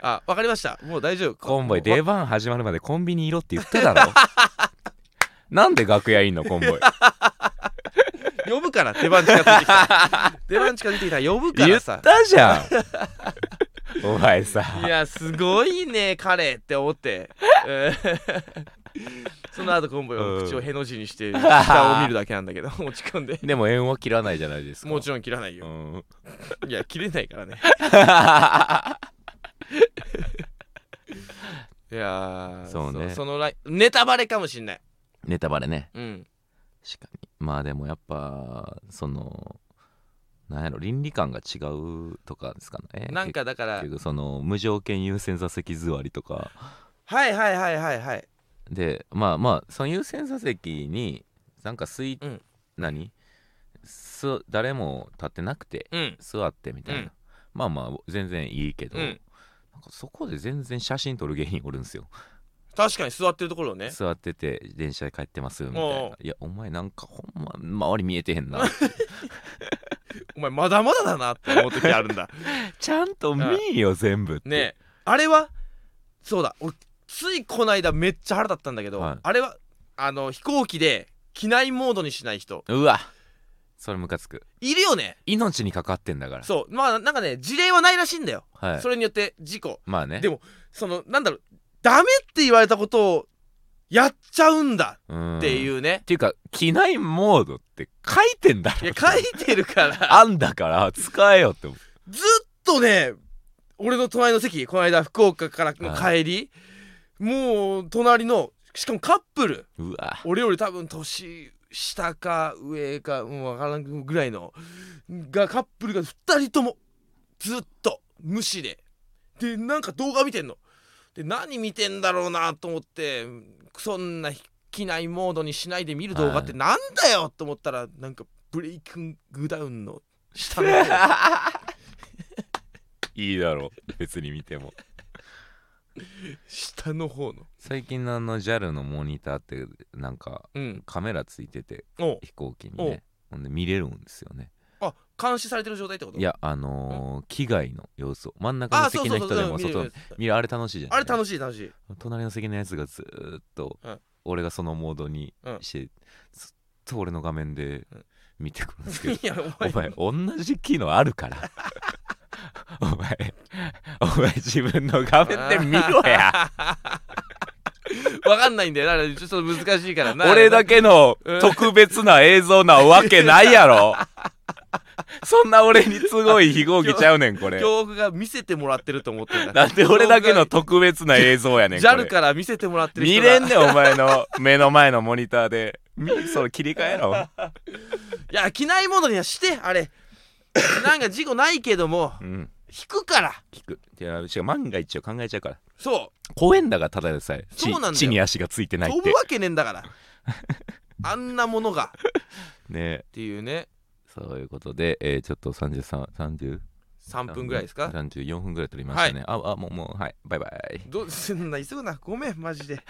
[SPEAKER 2] あわかりましたもう大丈夫
[SPEAKER 1] コンボイ
[SPEAKER 2] わ
[SPEAKER 1] 出番始まるまでコンビニいろって言っただ ろなんで楽屋いんのコンボイ
[SPEAKER 2] 呼ぶから出番近づいてきた 出番近づいてきたら呼ぶか
[SPEAKER 1] 言
[SPEAKER 2] ら
[SPEAKER 1] っ
[SPEAKER 2] さ
[SPEAKER 1] たじゃん お前さ
[SPEAKER 2] いやすごいね彼って思って、え ーその後コンボイは口をへの字にして下を見るだけなんだけど 落ち込んで
[SPEAKER 1] でも縁は切らないじゃないですか
[SPEAKER 2] もちろん切らないよ、
[SPEAKER 1] うん
[SPEAKER 2] いや切れないからねいやー
[SPEAKER 1] そうね
[SPEAKER 2] そのラインネタバレかもしんない
[SPEAKER 1] ネタバレね
[SPEAKER 2] うん
[SPEAKER 1] 確かにまあでもやっぱそのなんやろ倫理観が違うとかですかね
[SPEAKER 2] なんかだから
[SPEAKER 1] 結局その無条件優先座席座りとか
[SPEAKER 2] はいはいはいはいはい
[SPEAKER 1] でまあまあその優先座席になんかすい、
[SPEAKER 2] うん
[SPEAKER 1] 何す誰も立ってなくて
[SPEAKER 2] うん
[SPEAKER 1] 座ってみたいな、
[SPEAKER 2] うん
[SPEAKER 1] まあまあ全然いいけど、
[SPEAKER 2] うん
[SPEAKER 1] なんかそこで全然写真撮る芸人おるんですよ
[SPEAKER 2] 確かに座ってるところをね
[SPEAKER 1] 座ってて電車で帰ってますみたい
[SPEAKER 2] おうお
[SPEAKER 1] な「いやお前なんかほんま周り見えてへん な」
[SPEAKER 2] お前まだまだだなって思う時あるんだ
[SPEAKER 1] ちゃんと見んよ全部って
[SPEAKER 2] ねえあれはそうだ俺ついこの間めっちゃ腹立ったんだけど、
[SPEAKER 1] はい
[SPEAKER 2] あれはあの飛行機で機内モードにしない人
[SPEAKER 1] うわそれムカつく
[SPEAKER 2] いるよね
[SPEAKER 1] 命にかかってんだから
[SPEAKER 2] そうまあなんかね事例はないらしいんだよ、
[SPEAKER 1] はい
[SPEAKER 2] それによって事故
[SPEAKER 1] まあね
[SPEAKER 2] でもそのなんだろうダメって言われたことをやっちゃうんだ
[SPEAKER 1] も
[SPEAKER 2] っていう
[SPEAKER 1] っ
[SPEAKER 2] うね、
[SPEAKER 1] ていうか機内モードって書いてんだろ
[SPEAKER 2] いや書いてるか ら
[SPEAKER 1] あんだから使えよって思う
[SPEAKER 2] ずっとね俺の隣の席この間福岡からの帰り、もう隣のしかもカップル
[SPEAKER 1] う わ
[SPEAKER 2] 俺より多分年下か上かもう分からんぐらいのがカップルが2人ともずっと無視ででなんか動画見てんので何見てんだろうなと思ってそんな機内モードにしないで見る動画ってなんだよと思ったらなんかブレイキングダウンの下の方
[SPEAKER 1] いいだろ別に見ても
[SPEAKER 2] 下の方の
[SPEAKER 1] 最近のあの JAL のモニターってなんか
[SPEAKER 2] うん
[SPEAKER 1] カメラついてて
[SPEAKER 2] おう
[SPEAKER 1] 飛行機にねほんで見れるんですよね
[SPEAKER 2] あ監視されてる状態ってこと
[SPEAKER 1] いやあのー、機外の様子を真ん中
[SPEAKER 2] あ
[SPEAKER 1] の
[SPEAKER 2] そう
[SPEAKER 1] 席
[SPEAKER 2] そ
[SPEAKER 1] の
[SPEAKER 2] うそ
[SPEAKER 1] 人で
[SPEAKER 2] ううん
[SPEAKER 1] も
[SPEAKER 2] 見る
[SPEAKER 1] 外
[SPEAKER 2] 見る
[SPEAKER 1] 見るあれ楽しいじゃん
[SPEAKER 2] あれ楽しい楽しい
[SPEAKER 1] 隣の席のやつがずーっと
[SPEAKER 2] うん
[SPEAKER 1] 俺がそのモードに
[SPEAKER 2] うん
[SPEAKER 1] してずっと俺の画面で
[SPEAKER 2] うん
[SPEAKER 1] 見てくるんですけど
[SPEAKER 2] いやお前
[SPEAKER 1] お前同じ機能あるから お前お前自分の画面で見ろや
[SPEAKER 2] わかんないんだよなちょっと難しいからな
[SPEAKER 1] 俺だけの特別な映像なわけないやろそんな俺に都合いい飛行機ちゃうねんこれ
[SPEAKER 2] 教育が見せてもらってると思ってた
[SPEAKER 1] なんで俺だけの特別な映像やねんこれ
[SPEAKER 2] JAL から見せてもらってる
[SPEAKER 1] 見
[SPEAKER 2] 人
[SPEAKER 1] れ
[SPEAKER 2] が
[SPEAKER 1] んねんお前の目の前のモニターでみそれ切り替え ろ
[SPEAKER 2] いや機内モードにはして あれなんか事故ないけども
[SPEAKER 1] うん
[SPEAKER 2] 引くから
[SPEAKER 1] 聞くいやしかも万が一を考えちゃうから
[SPEAKER 2] そ
[SPEAKER 1] 公園だがただでさえ
[SPEAKER 2] そう
[SPEAKER 1] 地
[SPEAKER 2] なんだよ
[SPEAKER 1] 地に足がついて
[SPEAKER 2] う
[SPEAKER 1] ない
[SPEAKER 2] 飛
[SPEAKER 1] って
[SPEAKER 2] ぶわけねえんだからあんなものがっ
[SPEAKER 1] ね
[SPEAKER 2] ていうね
[SPEAKER 1] そういうことで、えーちょっと3330
[SPEAKER 2] 3分ぐらいですか
[SPEAKER 1] 34分ぐらい取りま したね、ああもうもうはいバイバイ
[SPEAKER 2] どうすんな急ぐなごめんマジで